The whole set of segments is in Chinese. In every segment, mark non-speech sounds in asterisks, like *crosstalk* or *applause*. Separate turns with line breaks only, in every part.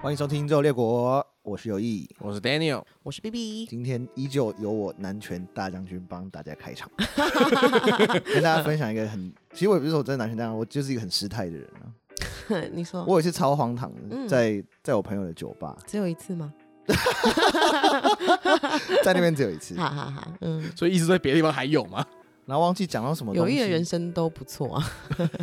欢迎收听《肉列国》，我是有意。
我是 Daniel，
我是
*laughs*
B B，
今天依旧由我南拳大将军帮大家开场， *laughs* 跟大家分享一个很……其实我也不是说我真的南拳大将军，我就是一个很失态的人啊。
你说
哦
我有一次超荒唐的，
嗯
在在我朋友的酒吧，
只有一次
*laughs*
吗？
在那边只有一
*laughs*
次，
哈哈哈，嗯，
所以一直在别的地方还有吗？
然后忘记讲到什么
有
东
意
西，
的人生都不错啊。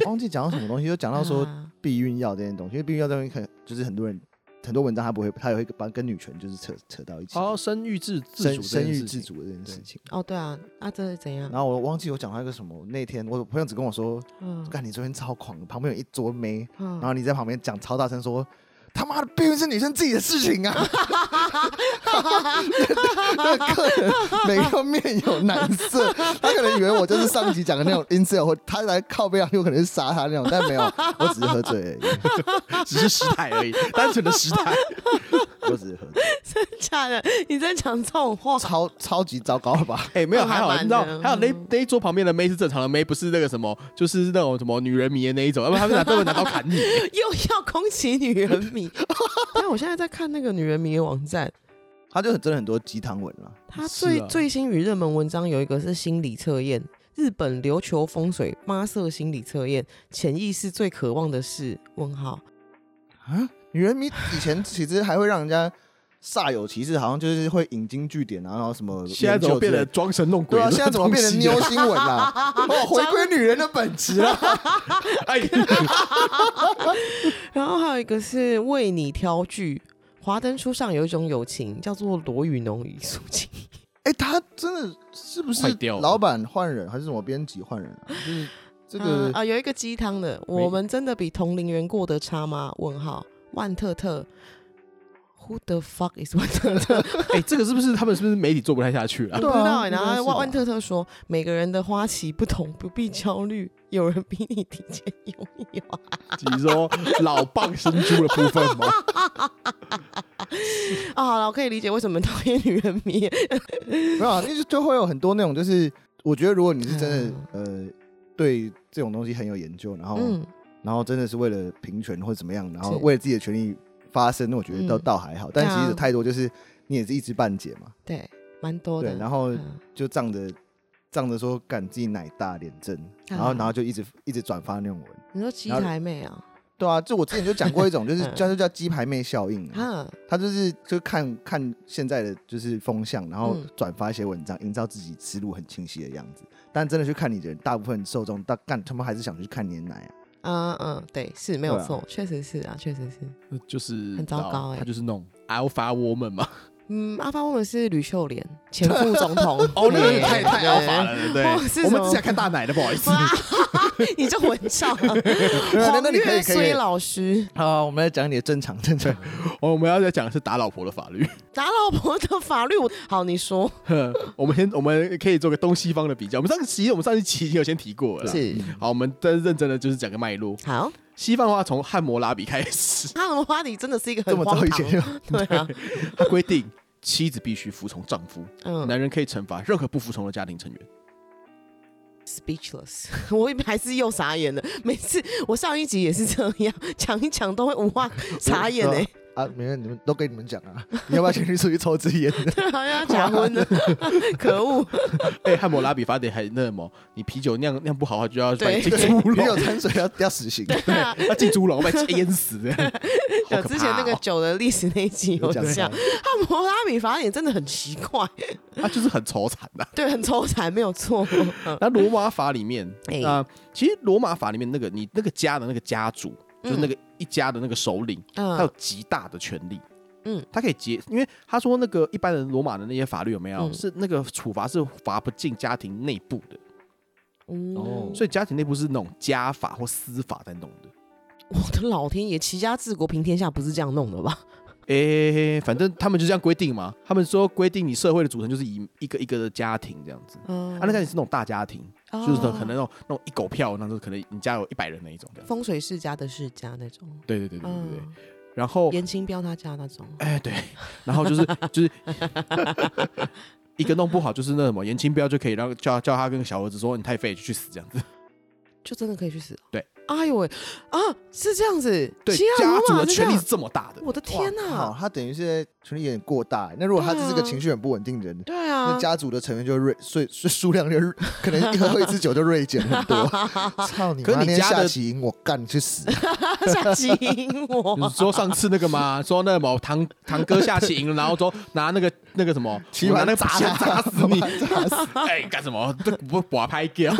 忘记讲到什么东西，就讲到
*laughs*
说
啊
避孕药这件东西，因为避孕药这东西很就是很多人很多文章他不会，他也会把跟女权就是扯扯到一起，
哦，生育自自
生
主这
生
件
育
事情，
自主的这件事情。
哦，对啊，啊，这是怎样
然？后我忘记我讲到一个什么，那天我朋友只跟我说
嗯
干，你昨天超狂，旁边有一桌妹，然
嗯，
后你在旁边讲超大声说。他妈的，避孕是女生自己的事情
*laughs*
啊！那个客人每个面有难色，他可能以为我就是上一集讲的那种 incel，或他来靠背啊，有可能是杀他那种，但没有，我只是喝醉而已，
只是时态 *laughs* 而已，单纯的时态。
我只是喝醉，
真的假的？你在讲这种话？
超超级糟糕吧？
哎、没有
那
还好，
还
你知
蛮
道
的，
还有那
嗯
那一桌旁边的妹是正常的妹，不是那个什么，就是那种什么女人迷的那一种，要啊不然他们拿根本拿刀砍你。
又要恭喜女人
*laughs*
迷？但我现在在看那个女人迷的网站，
他就很真的很多鸡汤文了，
它
是
最、
啊
最新与热门文章有一个是心理测验，日本琉球风水妈色心理测验，潜意识最渴望的是问号。
啊女人迷以前其实还会让人家煞有其事，好像就是会引经据典啊，然后什么
*laughs* 现在怎
研究
么
之
变
类
得
的
装神弄
对
鬼的
啊，
东西
现
了？
在怎么
*laughs*
变成妞新闻啦、
*laughs*
哦，回归女人的本质啊了。
哎，
然后还有一个是为你挑剧，《华灯初上》有一种友情叫做罗宇农与苏青，
哎、他真的是不
坏
是
掉了
老板换人还是什么编辑换人啊？就是这个
啊、啊有一个鸡汤的，
没
我们真的比同龄人过得差吗？问号，万特特，Who the fuck is 万特特？
*laughs* 哎，这个是不是他们是不是媒体做不太下去了
*laughs*
我
对？
不知道、
啊
欸。然
应该是
后
吧
万万特特说，每个人的花期不同，不必焦虑，有人比你提前拥有。 *laughs*
你说老蚌生珠的部分
*laughs*
吗？
啊，好了，我可以理解为什么讨厌女人迷。
哦没有、啊，就是就会有很多那种，就是我觉得如果你是真的、呃对这种东西很有研究，然后、
嗯，
然后真的是为了平权或者怎么样，然后
是
为了自己的权利发声，那我觉得倒、
嗯
倒还好。但
对啊
其实有太多就是你也是一知半解嘛，
对，蛮多的。
对，然后
嗯
就仗着仗着说敢自己奶大脸正，然后
啊
然后就一直一直转发那种文。
你说鸡
然后
排妹啊，
对啊，就我之前就讲过一种，就是
嗯
叫就叫鸡排妹效应啊、
哈，
他就是就看看现在的就是风向，然后
嗯
转发一些文章，营造自己思路很清晰的样子。但真的去看你的人，大部分受众大干他们还是想去看你的奶啊。
嗯嗯，对，是没有
对啊
错，确实是啊，确实是。
就是
很糟糕哎
他就是弄 alpha woman 嘛。
嗯，阿发我们是吕秀莲，前副总
*laughs*
统。
哦，那个
对
太太
对
alpha 了，
*laughs*
对
哇哦是
我
什
们
么
只想看大奶的，不好意思。
哇，你这混账！
*laughs* 对啊那
黄
那你可以
岳
可以
虽。老师
好，啊我们来讲你的正常正 *laughs* 常。
哦我们要再讲的是打老婆的法律。 *laughs*
打老婆的法律，我好，你说
哼我们先，我们可以做个东西方的比较。我们上期，我们上一期有先提过
啊
了啦。
是
嗯
好，我们真认真的就是讲个脉络。
好。
西方的话，从汉谟拉比开始， *laughs*
他的话题真的是一个
这
很
么
荒
早以
唐，
前就
对啊，
它规定妻子必须服从丈夫，
嗯
男人可以惩罚任何不服从的家庭成员。
，speechless，我 *laughs* 一还是又傻眼了。每次我上一集也是这样，讲一讲都会无话傻眼哎、
啊，没问你们都跟你们讲 *laughs* 啊，你要不要先去出去抽支烟的？
*laughs* 对啊，要假婚了， *laughs*
*laughs*
可恶！
哎、汉谟拉比法典还那什么，你啤酒酿酿不好，就要把你
对
进猪
你
*laughs*
有
笼，
碳水要要死刑。
对啊，
要进猪笼，把你淹死
*laughs*
的。好
有
可怕哦
之前那个酒的历史那一集有
讲
讲， *laughs* 汉摩拉比法典真的很奇怪，
他啊就是很愁惨的、
对，很抽惨，没有错。嗯
那罗马法里面，啊、
*laughs* 哎
其实罗马法里面那个你那个家的那个家主，就是那个一家的那个首领，他有
嗯，
极大的权利。
嗯，
他可以结，因为他说那个一般人罗马的那些法律有没有、
嗯
是那个处罚是罚不进家庭内部的，
哦，
所以家庭内部是那种家法或私法在弄的。
我的老天爷，齐家治国平天下不是这样弄的吧？
诶、反正他们就这样规定嘛。他们说规定你社会的组成就是以一个一个的家庭这样子。
嗯，哦
啊，那家庭是那种大家庭，就是可能那种那种一狗票，那种可能你家有一百人那一种这样。
风水世家的世家那种，
对对对对对对。
嗯，
然后
严清标他家那种，
哎，对，然后就是就是 *laughs* 一个弄不好就是那什么严清标就可以让叫叫他跟小儿子说你太废就去死这样子， *laughs*
就真的可以去死哦。
对
啊，哎呦喂，啊，是这样子，
对
西，
家
雅
族
图
的
玛是这
权力
样
是，这么大的，
我的天哪、
好，他等于是在权力有点过大欸。那如果他
对
只
啊
是个情绪很不稳定的人，
对
那
啊，
家族的成员就锐数数数量就锐可能一喝一支酒就锐减很多。操你
可是
妈！那
你
天
家
下
的
棋赢我，干你去死！啊
下棋
*laughs*
赢
你
我，
说上次那个吗？说那个某堂堂哥下棋赢了，然 *laughs* 后说拿那个那个什么
*laughs* 棋
我
盘
拿那个
砸
棋
他
砸死你，
*laughs* 砸死！
哎，干什么？这不把拍
*laughs*
掉？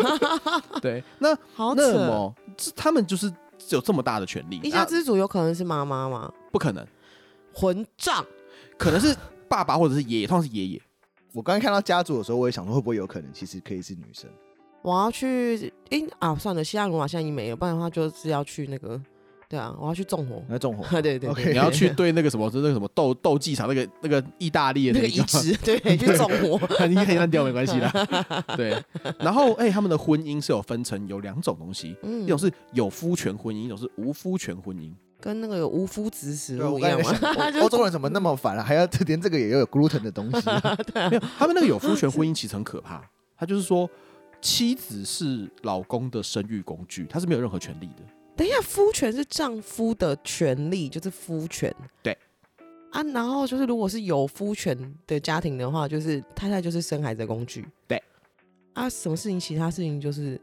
对，那
好
那
扯。
么啊这他们就是有这么大的权利，
一家
啊
之主有可能是妈妈吗？
不可能，
混账！
可能是爸爸或者是爷爷，通常是爷爷。
*laughs* 我刚刚看到家族的时候，我也想说会不会有可能其实可以是女生。
我要去，哎、啊，算了，希腊罗马现在已经没了，不然的话就是要去那个，对啊，我要去纵火，
那纵
*laughs*
火
对对对
OK
你要去对那个什么，就那个什么斗斗技场那个那个意大利的
那个
一
遗址，对，去纵
*laughs*
火，
*laughs* 很很烂掉没关系
*laughs*
啦。对，然后哎、他们的婚姻是有分成有两种东西，
嗯
一种是有夫权婚姻，一种是无夫权婚姻。
跟那个有无夫子食
对，我
物一
刚才
样
在
嘛，
想欧欧洲人怎么那么烦啊？还要连这个也有 gluten 的东西啊、
没有，他们那个有夫权婚姻其实很可怕，他就是说妻子是老公的生育工具，他是没有任何权利的。
等一下，夫权是丈夫的权利，就是夫权。
对。
啊，然后就是如果是有夫权的家庭的话，就是太太就是生孩子的工具。
对。
啊，什么事情其他事情就是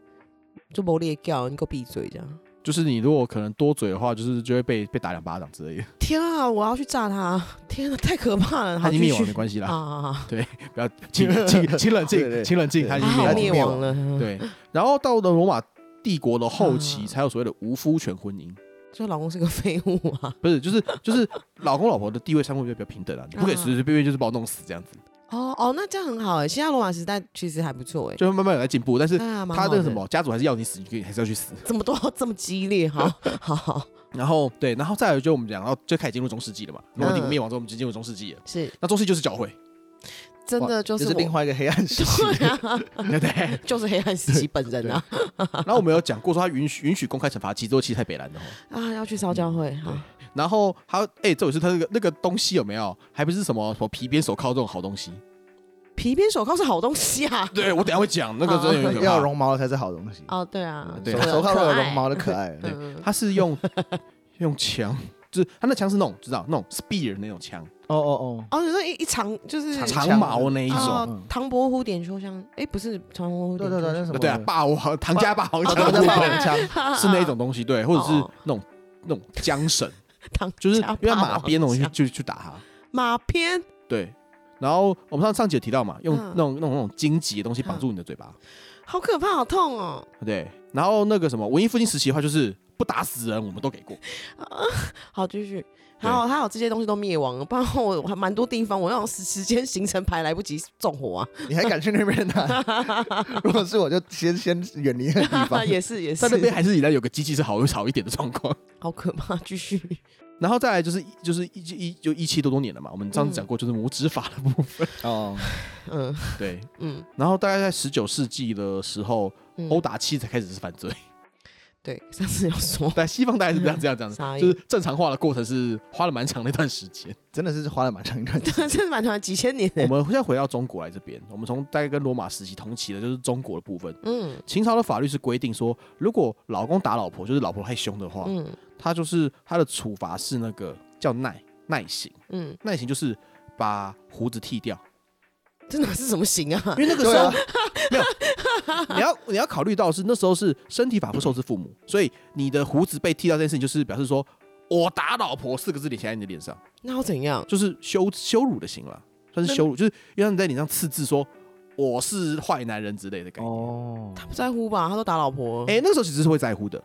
就不列掉，你给我闭嘴这样。
就是你如果可能多嘴的话，就是就会被被打两巴掌之类的。
天啊，我要去炸他！天啊，太可怕
*laughs*
了！
他
好
已经灭
继
亡没
续
关系
啊
啦，
啊！啊
不要请请请冷
对
静，
对
请冷静，
对
他已
他
经
好
灭
好
亡
灭
灭
亡
亡了。对，
对，然后到了罗马帝国的后期，
啊
才有所谓的无夫权婚姻，
就老公是个废物啊！
不是，就是就是老公老婆的地位相对比较平等啊，你不可以随
嗯
随便便就是把我弄死这样子，
*laughs* 哦哦，那这样很好哎，希腊罗马时代其实还不错哎。
就慢慢有在进步，但是
啊，蛮
他
好
那个
的
什么家族还是要你死，你可以还是要去死。
怎么都要 *laughs* 这么激
*laughs*
烈哈？好好
然后对，然后再有就我们讲到就开始进入中世纪了嘛，罗马帝国
嗯
灭亡之后，我们就进入中世纪了。
是
那中世纪就是教会，
真的就
这
是
是
我
另外一个黑暗时期。
对啊，
对不对？
*laughs* 就是黑暗时期本人啊
然后我们有讲过说他允许允许公开惩罚，其实都其实太北兰的哦。
啊，要去烧教会
嗯
哈，
然后他哎，这也是他那个那个东西有没有？还不是什么什么皮鞭手铐这种好东西？
皮鞭手铐是好东西啊。
对我等一下会讲那个真的有点可怕
要有绒毛的才是好东西。
*laughs* 哦，对啊，
对
手
啊
手铐如果有绒
吗？
毛的可爱了。啊
对
嗯，
他是用用枪，就是他那枪是那种知道那种 spear 那种枪，
哦哦
哦，你说一一长就是
长枪
长矛那一种。嗯
哦
哦，唐伯虎点秋香，哎，不是唐伯虎
对对
点秋
对，那
香，
什么？
对啊，霸王唐家霸王
哦
枪
对
的
对
部
霸
分
王枪，
*laughs*
是那一种东西，对，或者是
啊哦
那种那种缰绳，
唐
就是
家
因为
霸
马
王
鞭那种去
枪
就去打他。
马鞭，
对，然后我们上上集有提到嘛，用
嗯
那种那种那种荆棘的东西绑住你的嘴巴，
好可怕，好痛哦，
对。然后那个什么文艺复兴时期的话，就是不打死人我们都给过，
啊好继续。还好还好，这些东西都灭亡了， *laughs* 不然我还蛮多地方，我那种时时间行程排来不及纵火啊
你还敢去那边拿？ *laughs* 如果是我，就先先远离那个地
啊，
方。
*laughs* 也是也是
在，那边还是以来有个机器是好好一点的状况。
好可怕， *laughs* 继续。
然后再来就是就是一一就一七多多年了嘛，我们上次讲过就是拇指法的部分，
哦，
嗯
对。
嗯，
然后大概在十九世纪的时候，
嗯
哦
殴打妻才开始是犯罪， *laughs*
对，上次有说， *laughs*
但西方大概是这样这样这样
傻 *laughs*
子，
眼
就是正常化的过程是花了蛮长的一段时间。
真的是花了蛮长一段时
这
间。
是蛮长的几千年
哦
我
的。
们现在回到中国来这边，我们从大概跟罗马时期同期的，就是中国的部分。
嗯
秦朝的法律是规定说，如果老公打老婆，就是老婆太凶的话，
嗯
他就是他的处罚是那个叫耐耐刑，
嗯，
耐刑就是把胡子剃掉，
这哪是什么刑啊？ *laughs*
因为那个
对
时候、
啊，
*laughs* 你要你要考虑到是那时候是身体发肤受之父母，所以你的胡子被剃掉这件事情，就是表示说我打老婆四个字脸写在你的脸上，
那要怎样？
就是羞羞辱的刑了，算是羞辱，就是因为你在脸上刺字说我是坏男人之类的概念。
哦，
他不在乎吧？他都打老婆。
哎、那个时候其实是会在乎的，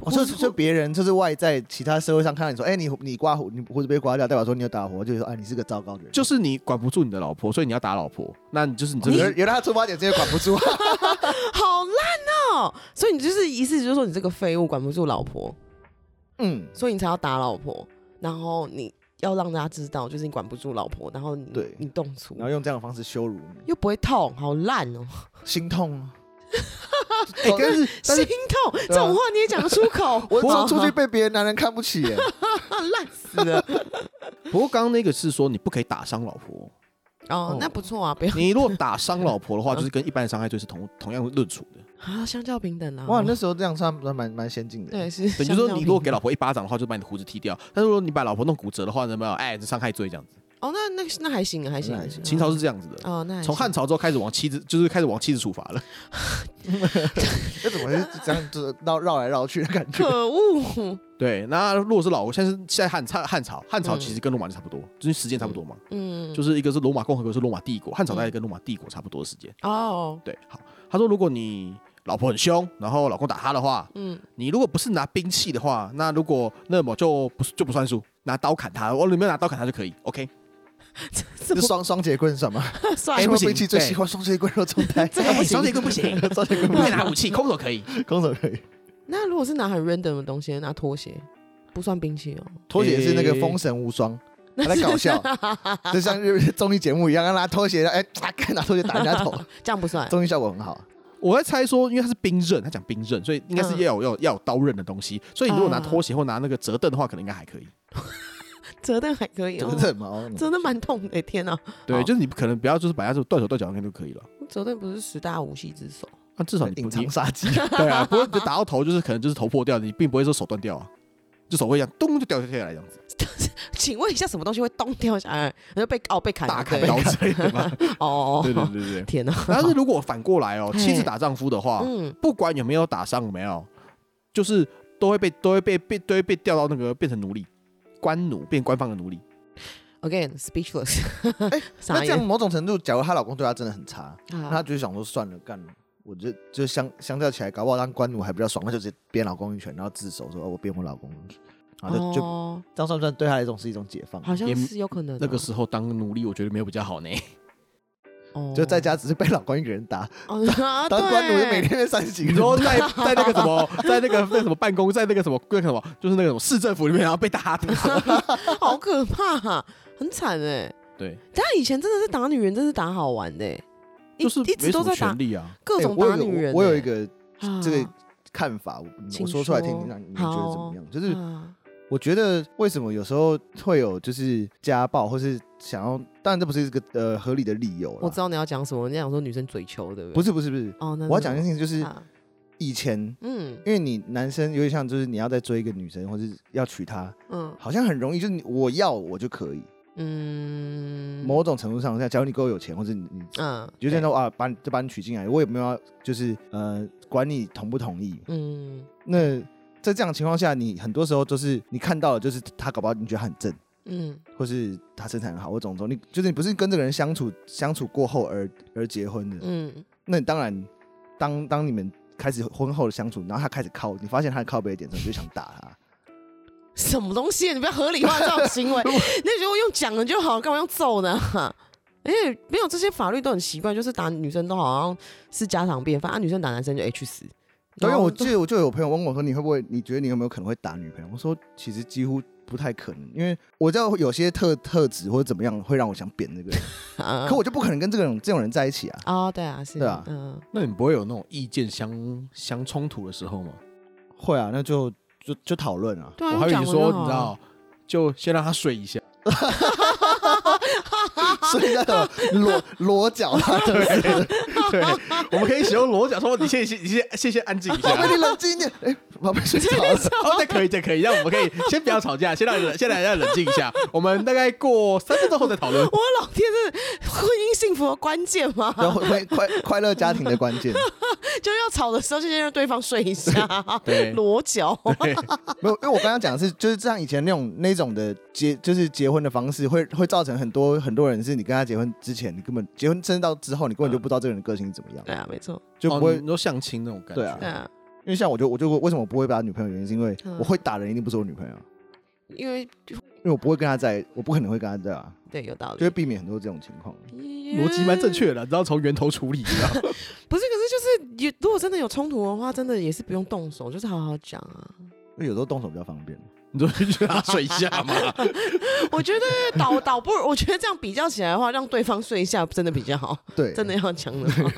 哦，就是就别人就是外在其他社会上看到你说，哎，你你刮胡，你胡子被刮掉，代表说你有打火，就说，哎，你是个糟糕的人。
就是你管不住你的老婆，所以你要打老婆，那你 *laughs* 就是你这
原
个
来原来他出发点直接管不住，啊
好烂哦！所以你就是意思就是说你这个废物管不住老婆，
*laughs* 嗯，
所以你才要打老婆，然后你要让大家知道，就是你管不住老婆，然后你
对
你动粗
然，后用这样的方式羞辱你，
又不会痛，好烂哦，
心痛啊。，
哎、但是但
*laughs* 心
是
啊痛，这种话你也讲得出口
啊
哦
我
好
走出去被别的男人看不起
*laughs*
耶，
好烂死了。
不过刚刚那个是说你不可以打伤老婆，
哦，那不错啊，不要
你如果打伤老婆的话，就是跟一般的伤害罪是同同样论处的。
啊，相较平等啊。
哇，那时候这样算蛮蛮蛮先进的。
对是。
对，你就说你如果给老婆一巴掌的话，就把你的胡子剃掉；但是如果你把老婆弄骨折的话，有没有？哎，这伤害罪这样子。
哦，那那那还行，还行啊
那还行。
秦朝是这样子的，
哦，那还
从
行
汉朝之后开始往妻子，就是开始往妻子处罚了。
那怎么会这样就是绕绕来绕去的感觉？
可恶，
对，那如果是老，现在是现在汉汉汉朝，汉朝
嗯
其实跟罗马就差不多，就是时间差不多嘛，
嗯，
就是一个是罗马共和国，是罗马帝国，汉朝大概跟罗马帝国差不多的时间。
哦，
对，好，他说如果你老婆很凶，然后老公打她的话，
嗯，
你如果不是拿兵器的话，那如果那么就不就不算数，拿刀砍她，我你没有拿刀砍她就可以，OK？
这
就
么
双双节棍算吗？
算
哎
中
不
国
行
兵器最
对
喜欢双节棍肉中弹，
这个不
双
行。
截棍不
*laughs*
行，
双节棍
不可以拿武器，空手可以。
空手可以。
那如果是拿很 random 的东西，拿拖鞋，不算兵器哦。
拖鞋是那个封神无双，他在搞笑，就像日本综艺节目一样，让他拿拖鞋，哎，啊，干拿拖鞋打人家头，
*laughs* 这样不算。
综艺效果很好。
我在猜说，因为它是兵刃，他讲兵刃，所以应该是
嗯
要有要有要有刀刃的东西，所以你如果拿
嗯
拖鞋或拿那个折凳的话，可能应该还可以。
折凳还可以
折
哦，
凳嘛，哦
折凳蛮痛的，天哪！
对，
好
就是你可能不要就是把它就断手断脚应该就可以了。
折凳不是十大武器之首。
那、至少你不
隐
你
藏杀机，
*laughs* 对啊，不会就打到头，就是可能就是头破掉，你并不会说手断掉啊，就手会这样咚就掉下来这样子，
请问一下，什么东西会咚掉下来？然后被哦被砍，
大砍
对
刀之类的嘛。
哦 *laughs* 哦，
对对
哦
对对对。
天哪！
但是如果反过来哦，
嘿
妻子打丈夫的话，
嗯，
不管有没有打伤，有没有，就是都会被都会被被都会被调到那个变成奴隶，官奴变官方的奴隶。
again speechless， *laughs*
哎
傻
那这样
眼
某种程度，假如她老公对她真的很差，那她
啊！
就想说算了，干了。我就就相相较起来，搞不好当官奴还比较爽，那就直接鞭老公一拳，然后自首说：“哦，我鞭我老公。”然后就、就
哦，
这样算不算对她来说是一种解放？
好像
也
是有可能哦。
那个时候当奴隶，我觉得没有比较
*laughs*
好呢。
哦
就在家只是被老公一个人打，
哦，啊
当官奴就
对
每天被三十几个
你
人
说
打。
在在那个什么，在那个那什么办公，在那个什么那个什么，就是那个什么市政府里面，然后被打。
*laughs* *laughs* 好可怕、很惨哎、
对，
但以前真的是打女人，真是打好玩的、欸，一
就是
一
没
直
什
都
么
在打
权利啊。
各
哎
种
我
打
有一
女
个
人欸、
我有一个
啊
这个看法，我
请
我说出来听
说
听，让你们觉得怎
好
么样？就是
啊
我觉得为什么有时候会有就是家暴，或是想要，当然这不是一个呃合理的理由
我
了
知。道你要讲什么，你想说女生嘴求对不对？
不
是
是不是不是，
哦，那
我要讲一件事情，就
事
是
啊、
以前
嗯
因为你男生有点像，就是你要在追一个女生，或是要娶她，
嗯
好像很容易，就是你我要我就可以。
嗯，
某种程度上，像假如你够有钱，或者你你
嗯
就这样说啊，把你就把你娶进来，我也没有要就是呃管你同不同意。
嗯
那在这样的情况下，你很多时候就是你看到了，就是他搞不好你觉得他很正。
嗯
或是他身材很好，或种种，你就是你不是跟这个人相处相处过后而而结婚的，
嗯
那你当然，当当你们开始婚后的相处，然后他开始靠，你发现他的靠背的点的时候，你就想打 *laughs* 他。
什么东西？你不要合理化这种行为。那如果用讲的就好，干嘛用揍呢？ *laughs* 而且没有这些法律都很奇怪，就是打女生都好像是家常便饭，啊，女生打男生就 H 死。
因为我
这
记得我就有朋友问我说，你会不会？你觉得你有没有可能会打女朋友？我说其实几乎不太可能，因为我知道有些特特质或者怎么样会让我想扁这个人，
啊
可我就不可能跟这个人这种人在一起啊。
哦，对啊，是
对啊
嗯，
那你不会有那种意见相相冲突的时候吗？
会啊，那就就就讨论啊。
对啊，
我还以
用
为你
讲
说
的
你知道，就先让他睡一下。 *laughs*
*laughs* 所以那种裸裸脚啊他的， *laughs*
对，我们可以使用裸脚说你先先你先先先安静一下
宝。
哦
贝你冷静一点，哎，宝贝睡着了。
哦，那可以，这可以，那我们可以先不要吵架，先让人先让人冷静一下。我们大概过三分钟后再讨论。
我老天，这是婚姻幸福的关键吗？
*laughs* 然后快快快乐家庭的关键，
*laughs* 就是要吵的时候，就先让对方睡一下，
对
裸脚。
对，
没有，因为我刚刚讲的是，就是像以前那种那种的结，就是结婚的方式，会会造成很多很多人是你跟他结婚之前，你根本结婚甚至到之后，你根本就不知道这个人的个性是怎么样，
*laughs* 对啊，没错，
就不会。
哦你说相亲那种感觉。
对啊
对啊，
因为像我就我就为什么我不会把女朋友，原因是因为
嗯
我会打人，一定不是我女朋友，啊
因为
因为我不会跟她在，我不可能会跟她在啊，
对有道
就会
理，
避免很多这种情况。
逻
逻
辑蛮正。确的，你知道从源头处理，你啊知道 *laughs* 吗
不是，可是就是也，如果真的有冲突的话，真的也是不用动手，就是好好讲啊。
因为有时候动手比较方便。
你就去让他睡一下嘛。
*laughs*
*laughs*
我觉得倒倒不如，我觉得这样比较起来的话，让对方睡一下真的比较好，
对，
真的要讲的话。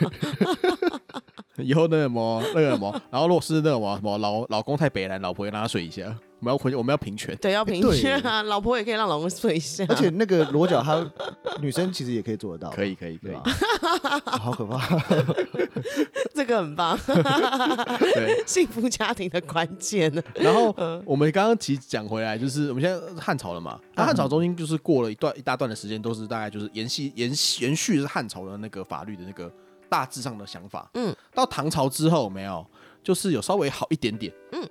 以后那个什么那个什么，然后如果是那个什么什么老老公太北蓝，老婆也让他睡一下。我们要回，我们要平权。
*laughs* 对，要平
对
均啊，老婆也可以让老公睡一下。
*laughs* 而且那个裸脚，她女生其实也可以做得到，
可以，可以，可
对
以
吧。？ *laughs* 好可怕！
*laughs* 这个很 *laughs* 棒，
对。
幸福家庭的关键呢。
然后
嗯
我们刚刚其实讲回来，就是我们现在汉朝了嘛，
嗯
那汉朝中间就是过了一段一大段的时间，都是大概就是延续延续延续是汉朝的那个法律的那个大致上的想法。
嗯，
到唐朝之后有没有，就是有稍微好一点点。
嗯，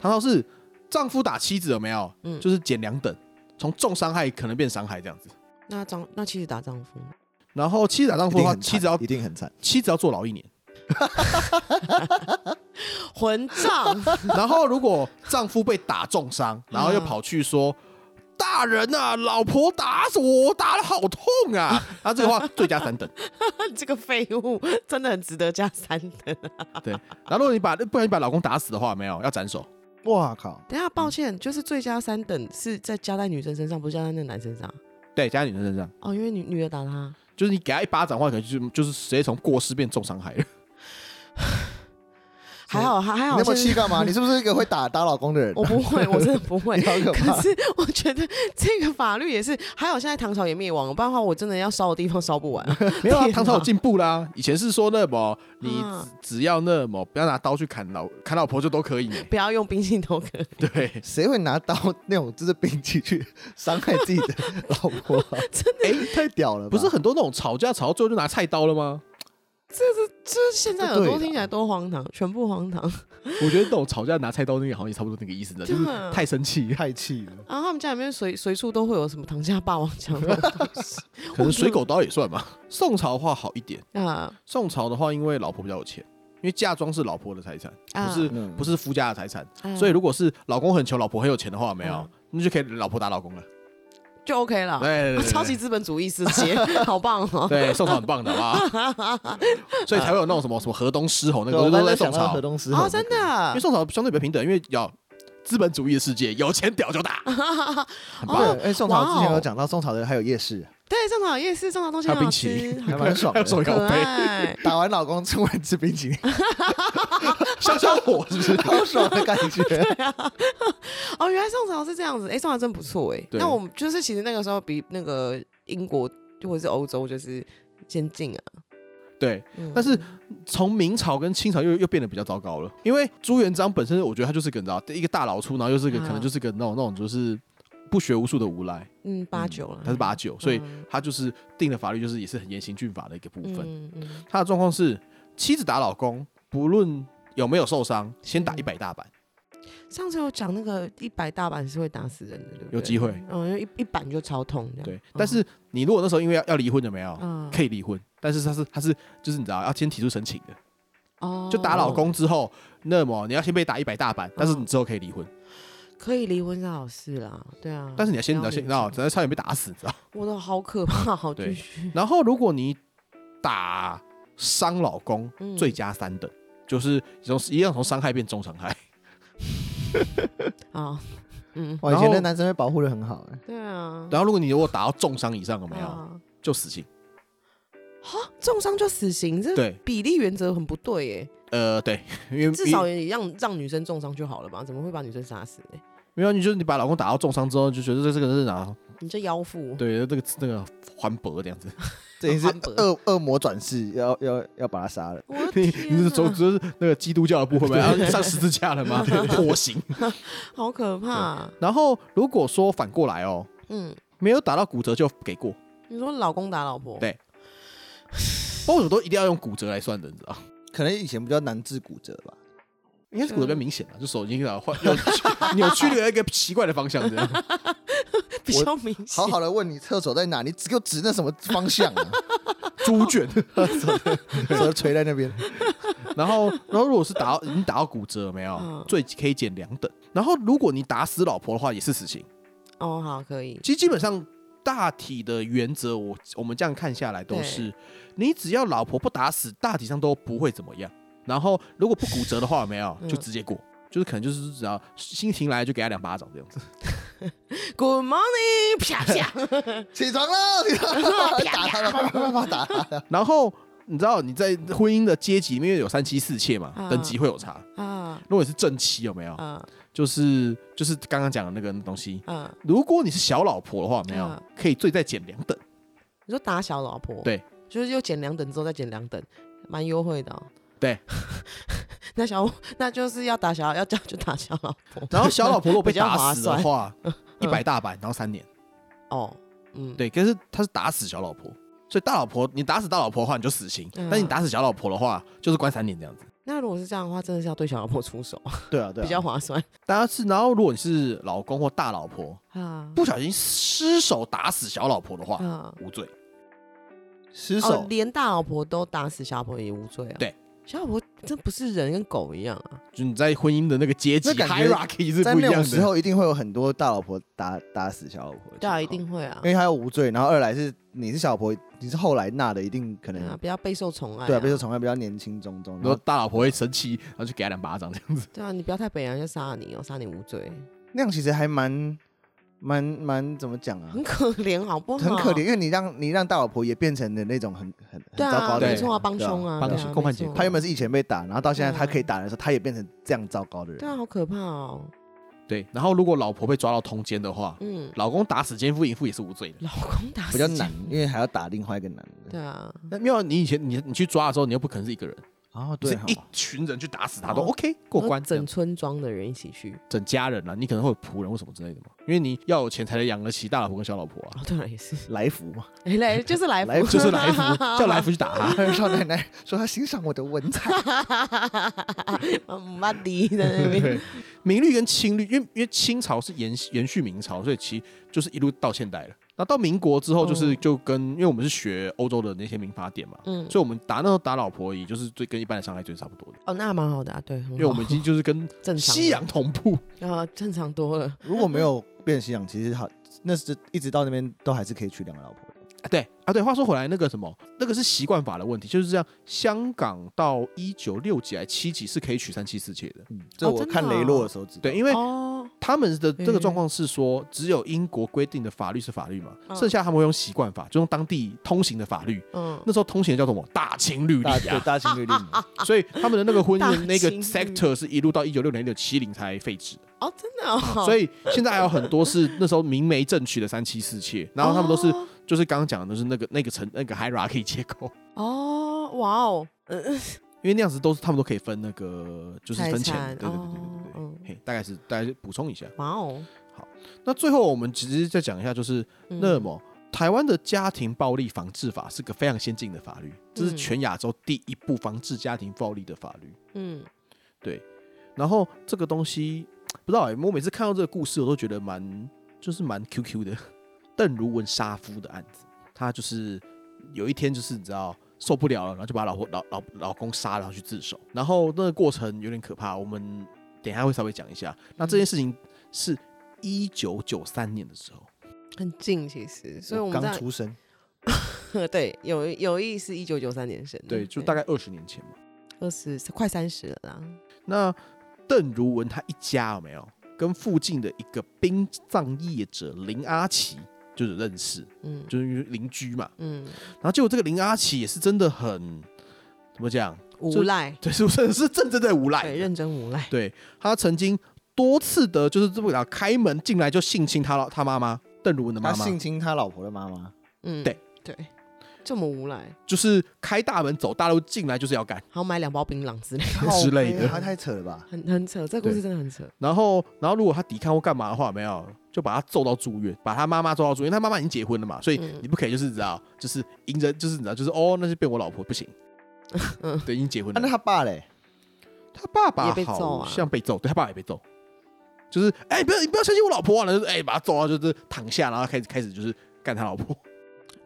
唐朝是丈夫打妻子有没有？
嗯
就是减两等，从重伤害可能变伤害这样子。
那丈那妻子打丈夫，
然后妻子打丈
一
夫的
定
话，
很
妻子要
惨，一定很惨。
妻子要坐牢一年。
混账！ *laughs*
*laughs* 然后如果丈夫被打重伤，然后又跑去说。大人啊，老婆打死我，打的好痛啊！ *laughs* 然后这个话罪加三等，
这个废物真的很值得加三等。
对。然后如果你把不然你把老公打死的话，没有要斩首，
哇靠！
等一下，抱歉，就是最佳三等是在加在女生身上，不是加在那个男生上。
对，加在女生身上，
哦，因为女女的打他，
就是你给他一巴掌的话，可能就是就是直接从过失变重伤
*laughs*
害了。
还好还还
你
好哦
那么
现在
气干嘛？你是不是一个会打打老公的人？
我不会，我真的不会。
你好可怕
可是我觉得这个法律也是，还好现在唐朝也灭亡了，不然的话我真的要烧的地方烧不完啊。
没有啊，
天
唐朝有
哪
进步啦，以前是说那么你
嗯
只只要那么不要拿刀去砍老砍老婆就都可
*laughs*
以呢，
不要用冰心头壳，
*laughs* 对。
谁会拿刀那种就是兵器去伤害自己
*laughs*
的老婆啊、
哎、
太屌了吧！
不是很多那种吵架吵到最后就拿菜刀了吗？
就是现在
这
耳
对
朵
啦
听起来多荒唐，全部荒唐。
我觉得那种吵架拿菜刀那个好像也差不多那个意思的，就是
对啊
太生气，
太气了，
*laughs* 然后他们家里面随随处都会有什么唐家霸王啊枪这种东西
可能水狗刀也算吧。 *laughs* 宋朝的话好一点，
啊
宋朝的话因为老婆比较有钱，因为嫁妆是老婆的财产，
啊，
不是
嗯
不是夫家的财产，
啊
所以如果是老公很穷，老婆很有钱的话，没有
嗯。
那就可以老婆打老公了，
就 OK 了。啊
对对对对
超级资本主义世界， *laughs* 好棒哦！
对，宋朝很棒的
*laughs*
啊，好不好所以才会有那种什么什么河东狮吼那个
我
都
刚
是在
才
宋
想到
朝
河，东狮吼
哦，真的
因为宋朝相对比较平等，因为要资本主义的世界，有钱屌就打，
*laughs*
很棒，
对，哎，宋朝之前
哇哦
有讲到宋朝的还有夜市，
对，正好夜市上的东西
还有
很
冰
好
淇
吃，
淋
还
很
蛮爽
还 *laughs* 有
的。
手摇
可
杯，
爱。
打完老公，趁晚吃冰
*laughs*
淇淋，
消消火是不是？
好爽的感觉。
*laughs* 哦，原来宋朝是这样子，哎、宋朝真不错哎、
对
那我们就是其实那个时候比那个英国或者是欧洲就是先进啊。
对，
嗯
但是从明朝跟清朝又又变得比较糟糕了，因为朱元璋本身，我觉得他就是个你知道一个大老粗，然后又是个、
啊
可能就是个那种那种就是不学无术的无赖，
嗯，八九了，
他是八九，所以
嗯
他就是定的法律就是也是很严刑峻法的一个部分。
嗯嗯，
他的状况是妻子打老公，不论有没有受伤，先打
嗯
一百大板，
上次有讲那个一百大板是会打死人的，对不对？
有机会。
嗯，因为一一板就超痛这样。
对，但是你如果那时候因为要要离婚有没有？
嗯，
可以离婚，但是他是他是就是你知道要先提出申请的，
哦
*laughs* 就打老公之后，那么你要先被打一百大板，但
嗯
是你之后可以离婚，
可以离婚是好事啦，对啊。
但是你要先你
不
要
要
先你
勉
知道，
强
只要差点被打死，你知道吗。
我的好可怕，好
对
继续。
然后如果你打伤老公，
嗯
罪加三等，就是从一样从伤害变重伤害。 *laughs*
啊，
*laughs*
嗯，
哇，以
然后
前的男生被保护的很
*laughs*
好，哎
对啊。
然后如果你如果打到重伤以上，有没有
啊，
就死刑？
哈，重伤就死刑，这
对，
比例原则很不对耶。
呃，对，因为
至少也让让女生重伤就好了吧？怎么会把女生杀死呢？
没有你就是你把老公打到重伤之后，就觉得这这个人是哪
你这妖妇，
对这个这个环博这样子，
这也是
环保
恶恶魔转世，要要要把他杀了。
我的
*laughs* 你
*laughs* 天
你是走
啊
就是那个基督教的部分吗？然后 *laughs* 上十字架了
*laughs*
吗？火刑。
好可怕。
然后如果说反过来哦，
嗯，
没有打到骨折就给过，
你说老公打老婆， *laughs*
对不过我都一定要用骨折来算的，你知道吗。
可能以前比较难治骨折吧。
应该是骨折比较明显了，就手已经啊换扭曲扭曲了一个奇怪的方向，这样。
比较明显。
好好的问你厕所在哪，你只给我指那什么方向啊？
猪圈。
手垂在那边，
然后，然后如果是打到你打到骨折有没有
嗯，
最可以减两等。然后如果你打死老婆的话，也是死刑。
哦，好，可以。
其实基本上大体的原则，我我们这样看下来都是，你只要老婆不打死，大体上都不会怎么样。然后如果不骨折的话，有没有
嗯
就直接过。就是可能就是只要心情来就给他两巴掌这样子，
Good morning，
*laughs*
啪啪，
起床了，起床了， *laughs* 打他了，啪啪啪打他了。
然后你知道你在婚姻的阶级里面有三妻四妾嘛，
嗯
等级会有差。
啊
如果你是正妻有没有，
啊，
就是就是刚刚讲的那个东西。
嗯，
如果你是小老婆的话，没有
嗯
可以最再减两等，
你说打小老婆，
对，
就是又减两等之后再减两等，蛮优惠的、哦。
对，
*laughs* 那小那就是要打小要叫就打小老婆
*laughs* 然后小老婆如果 *laughs* 被
比较
打
划
死的
算
话， *laughs* 一
嗯
百大板，然后三年。
哦，嗯，
对，可是他是打死小老婆，所以大老婆你打死大老婆的话你就死刑，
嗯
但你打死小老婆的话就是关三年这样子。
那如果是这样的话，真的是要对小老婆出手，
对啊，对
比较划算 *laughs*
大家是，然后如果你是老公或大老婆，
啊。
不小心失手打死小老婆的话，
啊，
无罪。失手、
哦，连大老婆都打死小老婆也无罪啊。
对，
小老婆真不是人跟狗一样啊。
就你在婚姻的那个阶级
那感觉
hierarchy 是
在
不一
那种
样
时
的。
候，一定会有很多大老婆打打死小老婆。
对啊，一，定会啊
因。为他要无罪，然后二来是你是小老婆，你是后来纳的，一定可能
啊，比较备受宠爱、
嗯对啊，被说宠爱比较年轻中中，
然
然
后
后
大老婆会生气，然后就给他两巴掌这样子。
对啊，你不要太北洋就杀了你哦，杀你无罪，
那样其实还蛮蛮蛮怎么讲
*laughs*
啊
很，可怜，好不好？
很可怜，因为你让你让大老婆也变成了那种很很很
对
糟糕的
啊，没
人，
错啊，
对
帮凶。啊，
帮
对啊
凶共犯结
没错
他原本是以前被打，然后到现在
对啊
他可以打人的时候，他也变成这样糟糕的
对啊，
人。
好可怕哦，
对，然后如果老婆被抓到通奸的话，
嗯，
老公打死奸夫淫妇也是无罪的。
老公打死
比较难
人，
因为还要打另外一个男的。
对啊，
那因为你以前你你去抓的时候，你又不可能是一个人，
哦，
你
对
是
哈，
一群人去打死他都
哦
OK 过关，这样
整村庄的人一起去，
整家人啊，你可能会有仆人或什么之类的嘛，因为你要有钱才能养得起大老婆跟小老婆啊，
哦，对了，也是， *laughs*
来福 *laughs* 嘛，
哎来就是来
来
*laughs* 福，
就是来福叫来福去
*laughs*
打他，
少奶奶说她欣赏我的文采，
嗯，妈迪在
*laughs*
那边，
明律跟清律，因为因为清朝是延延续明朝，所以其实就是一路到现代了。那到民国之后，就是
嗯
就跟、因为我们是学欧洲的那些民法典嘛，
嗯，
所以我们打那时候打老婆，也就是最跟一般的伤害罪差不多的，
哦，那蛮好的啊，对，很
因为我们
好
已经就是跟
正常
西洋同
*laughs*
步。
啊，正常多了，
*laughs* 如果没有变信仰，其实好，那是一直到那边都还是可以娶两个老婆的。
哦
啊对啊，对。话说回来，那个什么，那个是习惯法的问题，就是这样。香港到一九六几还七几是可以娶三妻四妾的，
嗯，这
哦
我
真的
看雷
哦
洛的时候知道。
对，因为
哦，
他们的这个
嗯
状况是说，只有英国规定的法律是法律嘛，
嗯
剩下他们会用习惯法，就用当地通行的法律。
嗯，
那时候通行的叫做什么？大清律例
大对
啊，
大情侣令嘛，
所以他们的那个婚姻
大
的那个
清律
sector 是一路到一九六零、一九七零才废止的，
哦，真的哦，
所
以
以现在还有很多是那时候明媒正娶的三妻四
*laughs*
妾，然后他们都是就是刚刚讲的都是那个那个层那个 hierarchy 结构，
哦，哇哦，嗯嗯
因为那样子都是他们都可以分那个就是分钱，
财产
对对对对
哦
对对
嗯
对，嘿，大概是大概是补充一下。
哇哦，
那最后我们其实再讲一下，就是
嗯
那么台湾的家庭暴力防治法是个非常先进的法律，这是全亚洲第一部防治家庭暴力的法律。
嗯，
然后这个东西不知道、欸，我每次看到这个故事，我都觉得蛮就是蛮 QQ 的。邓如文杀夫的案子，他就是有一天就是你知道受不了了，然后就把老婆老老老公杀了，然后去自首。然后那个过程有点可怕，我们等一下会稍微讲一下。那这件事情是一九九三年的时候。
很近其实， *laughs* 所以我们
刚
在
出生，
*laughs* 对有有意是一九九三年生的，
对，就大概二十年前嘛。
二十快三十了啦，
那邓如文他一家有没有跟附近的一个殡葬业者林阿奇就是认识，
嗯
就是因为邻居嘛。
嗯，
然后结果这个林阿奇也是真的很怎么讲？ *laughs*
无赖，
对，是真的是真正的无赖
对，
的。
认真无赖，
对他曾经多次的，就是这么讲，开门进来就性侵他老他妈妈邓如文的
他
妈妈，
性侵他老婆的妈妈，
嗯，
对
对，这么无赖，
就是开大门走大路进来就是要干。
还要买两包槟榔之类， *laughs*
之类的
靠背他啊太扯了吧？
很很扯，这个故事真的很扯，
然后，然后如果他抵抗或干嘛的话，有没有就把他揍到住院，把他妈妈揍到住院。因为他妈妈已经结婚了嘛，所以
嗯
你不可以就是你知道，就是迎着就是你知道，就是哦，那是变我老婆不行。
*laughs* 嗯
对，已经结婚
啊，那
了。
他爸嘞？
他爸
也
爸
被揍
好
啊
像被揍，对他爸也被揍。就是哎、不要你不要相信我老婆啊！然后就是哎、把他揍啊，就是躺下，然后开始开始就是干他老婆。
哦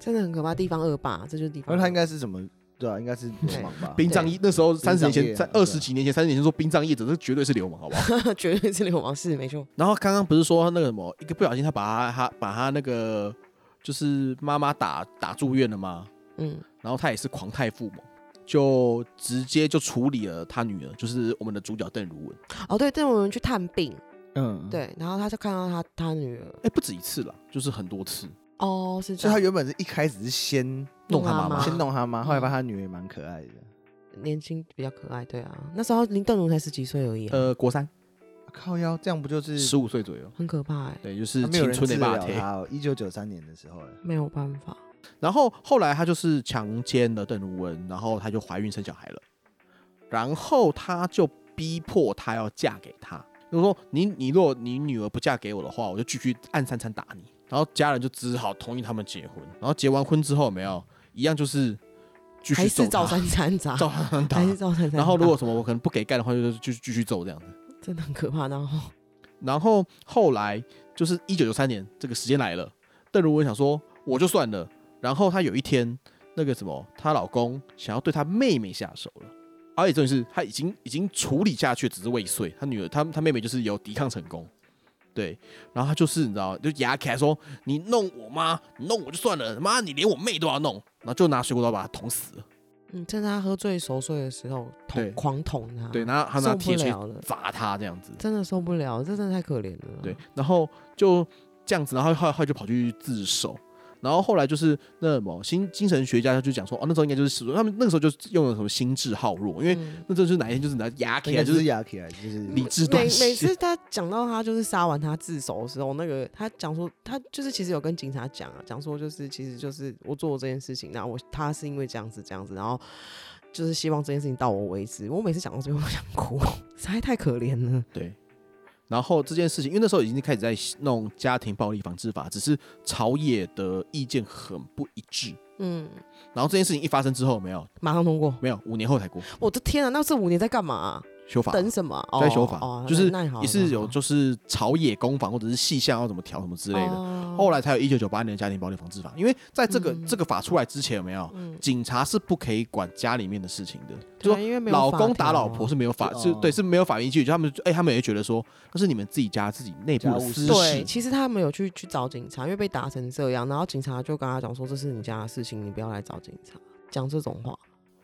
真的很可怕，地方恶霸，这就是地
啊那
方，
他应该是什么？对啊，应该是流氓吧？
*laughs* 殡葬业那时候三十年前，
殡葬业
在
啊对
二
啊
十几年前、三十年前说殡葬业者，这绝对是流氓，好不好？
*laughs*
*laughs* 绝对是流氓事，没错，
然后刚刚不是说那个什么，一个不小心他把他他把他那个就是妈妈打打住院了吗？
嗯，
然后他也是狂态父母，就直接就处理了他女儿，就是我们的主角邓如雯。
哦对，但我们去探病，
嗯，。
对，然后他就看到他他女儿，
哎，不止一次了，就是很多次
哦，是这
所以
样
他原本是一开始是先
弄他妈
妈
妈。
妈
先弄他妈，
嗯
后来发现他女儿也蛮可爱的，
呃
年轻比较可爱，对啊，那时候林邓荣才十几岁而已、啊，
呃，国三，
靠腰，这样不就是
十五岁左右，
很可怕哎，
对，就是
他没有
青
人治
春的
疗
霸体。
他、哦？一九九三年的时候了，
没有办法。
然后后来她就是强奸了邓如雯，然后她就怀孕生小孩了，然后她就逼迫她要嫁给他，就说你你如果你女儿不嫁给我的话，我就继续按三餐打你。然后家人就只好同意他们结婚，然后结完婚之后有没有一样就是继
还
续揍
是照
她
三
*laughs*
餐砸，
照三打
还，是照三餐。
然后如果什么我可能不给干的话，就是就继续揍这样子。
真的很可怕，然后
然后后来就是一九九三年，这个时间来了，邓如雯想说我就算了。然后她有一天，那个什么，她老公想要对她妹妹下手了，啊而且重点是她已经已经处理下去，只是未遂。她女儿，她她妹妹就是有抵抗成功，对。然后她就是你知道，就牙起来说你弄我妈，你弄我就算了，妈你连我妹都要弄，然后就拿水果刀把她捅死了。
嗯，趁他喝醉熟睡的时候
对
捅狂捅他，
对，然后她拿
受不
铁锤
了了，
砸她这样子。
真的受不了，这真的太可怜了。
对，，然后就这样子，然后后来后来就跑去自首，然后后来就是那什么心精神学家就讲说，哦，那时候应该就是他们那个时候就用了什么心智好弱，因为
嗯
那就是哪一天就是拿牙起
应
来
该就
就
是
是
雅克啊，就是
理智
每
断
每
线，
次他讲到他就是杀完他自首的时候，那个他讲说他就是其实有跟警察讲啊，讲说就是其实就是我做了这件事情，那我他是因为这样子这样子，然后就是希望这件事情到我为止。我每次讲到这边，我想哭，实在太可怜了。
对。然后这件事情，因为那时候已经开始在弄家庭暴力防治法，只是朝野的意见很不一致。
嗯，
然后这件事情一发生之后，没有
马上通过。
没有，五年后才过
我的天啊，那这五年在干嘛、啊
修法，
等什么？哦、
在修法，
哦、
就是
那那好
也是有
那
就是朝野攻防或者是细项要怎么调什么之类
好
的。
哦
后来才有一九九八年的家庭暴力防治法，因为在这个、
嗯
这个法出来之前，有没有
嗯，
警察是不可以管家里面的事情的，
对
就
啊
说
因为没有
老
法
公打
条
老
啊
婆是没有法，
哦
是对是没有法律依据，就他们就哎、他们也觉得说那是你们自己家自己内部
家
的
务事
私
对，
事，
其实他们有去去找警察，因为被打成这样，然后警察就跟他讲说：“这是你家的事情，你不要来找警察。”讲这种话，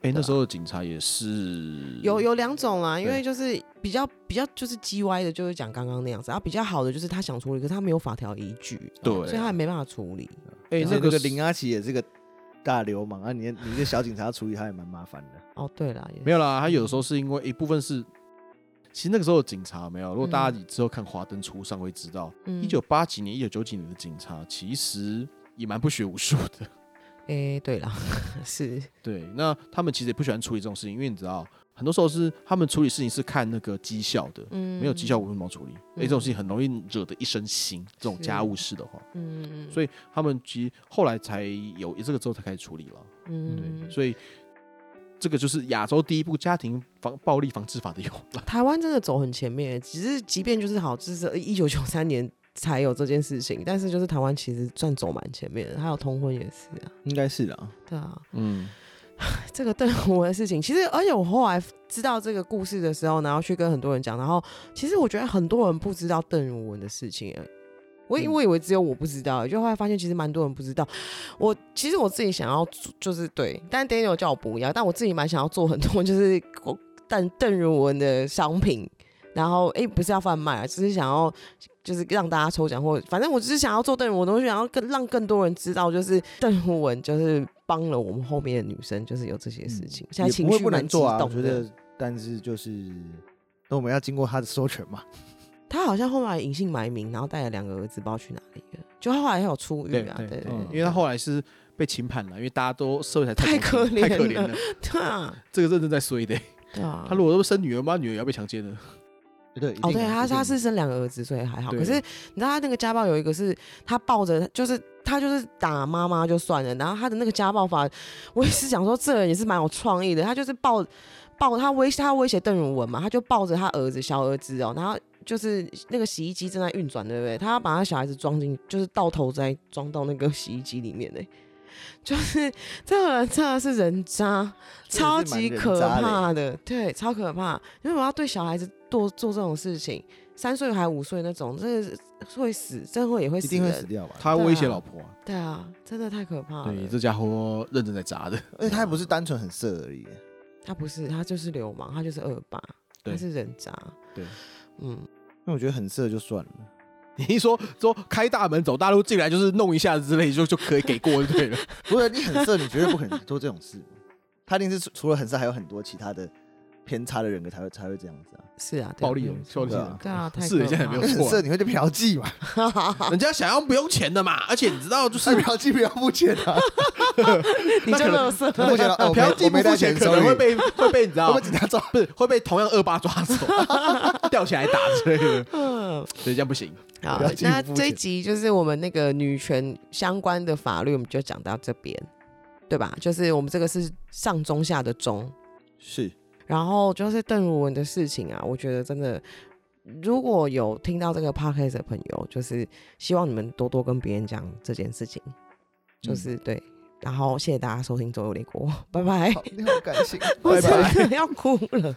哎、那
对啊
时候的警察也是
有有两种啦，因为
嗯对
就是比较比较就是叽歪的，就是讲刚刚那样子，然后啊比较好的就是他想处理，可是他没有法条依据，哦
对
所以他也没办法处理。
哎、
就是那
那个
个
零
林阿奇也是个大流氓啊，你你这小警察处理他也蛮麻烦的。
哦，对啦，也
没有啦，他有时候是因为一部分是。其实那个时候的警察有没有，如果大家
嗯
之后看《华灯初上》会知道，
嗯
一九八几年、一九九几年的警察其实也蛮不学无术的。
哎，对啦， *laughs* 是
对，那他们其实也不喜欢处理这种事情，因为你知道，很多时候是他们处理事情是看那个绩效的，
嗯，
没有绩效，我为什么要处理？哎、这种事情很容易惹得一身腥。这种
是
家务事的话，
嗯，嗯，
所以他们其实后来才有这个之后才开始处理了。
嗯
对，，所以这个就是亚洲第一部家庭防暴力防治法的由来。
台湾真的走很前面，只是即便就是好，就是一九九三年才有这件事情，但是就是台湾其实算走蛮前面的，还有通婚也是啊，
应该是的啊，
对啊，
嗯，
这个邓如雯的事情，其实而且我后来知道这个故事的时候，然后去跟很多人讲，然后其实我觉得很多人不知道邓如雯的事情。欸我以
嗯
我以为只有我不知道，就后来发现其实蛮多人不知道。我其实我自己想要做就是对，但 Daniel 叫我不要，但我自己蛮想要做很多就是邓邓如雯的商品，然后哎、诶不是要贩卖啊，只是想要就是让大家抽奖，或反正我只是想要做邓如雯的东西，然后更让更多人知道，就是邓如雯就是帮了我们后面的女生，就是有这些事情。现在
嗯也
情
不会
绪
不
蛮
能
激
做啊，我
动
觉
的。
得，但是就是那我们要经过他的授权嘛，
他好像后来隐姓埋名，然后带了两个儿子，不知道去哪里了。就他后来还有出狱
对
啊，
对
对对
对
嗯，
因为他后来是被轻判了，因为大家都社会才同
太
情
可怜
太可
了
怜了，
*laughs* 对啊，
这个认真在衰的、
对啊。
他如果都生女儿，妈女儿也要被强奸的。
对
哦，对，他他是
一定
生两个儿子，所以还好。
对
可是你知道他那个家暴有一个是他抱着，就是他就是打妈妈就算了，然后他的那个家暴法，我也是想说这人也是蛮有创意的，他就是抱抱他威他威胁邓如雯嘛，他就抱着他儿子小儿子哦，然后。就是那个洗衣机正在运转，对不对？他要把他小孩子装进，就是倒头栽装到那个洗衣机里面呢、欸就是这个人真的是人渣，
真的是
超
蛮
级
人
可
渣的
怕的，对，超可怕。因为我要对小孩子做做这种事情，三岁还五岁那种，这个会死，真会也会
一
死
定会
人。
死掉吧？
他威胁老婆、啊，
对啊，真的太可怕了
对，。这家伙认真在砸的。 *laughs*
而且他也不是单纯很色而已，
他不是，他就是流氓，他就是恶霸，
对
他是人渣。
对，
嗯，
那我觉得很色就算了。
你一说说开大门走大路进来就是弄一下之类就就可以给过就对
*laughs*
了。
不是你很色，你绝对不可能做这种事。他一定是除除了很色，还有很多其他的偏差的人格才会才会这样子啊。
是啊，对啊
暴力
没
暴
错
力
对啊 *laughs*
对啊，太
是
可
人家也没有
怕了
错啊
这你会去嫖妓嘛？ *laughs*
人家想要不用钱的嘛，而且你知道，就是
是嫖哎妓不要付钱啊！
你就乐色，
付钱了，哦我没
嫖
我
呃妓不
没带
付钱可
sorry
能会被会被你知
我
道
们，警察抓。
不是会被同样恶霸抓走， *laughs* 吊起来打之类的，
嗯，
所以这样不行。
好
不要，欺
啊那
负
这一
姐
集就是我们那个女权相关的法律，我们就讲到这边，对吧？就是我们这个是上中下的中，
是，
然后就是邓如文的事情啊，我觉得真的，如果有听到这个 podcast 的朋友，就是希望你们多多跟别人讲这件事情，就是、对。然后谢谢大家收听《周游列国》，拜拜。
好，你好感性，
我
拜拜。
真的要哭了。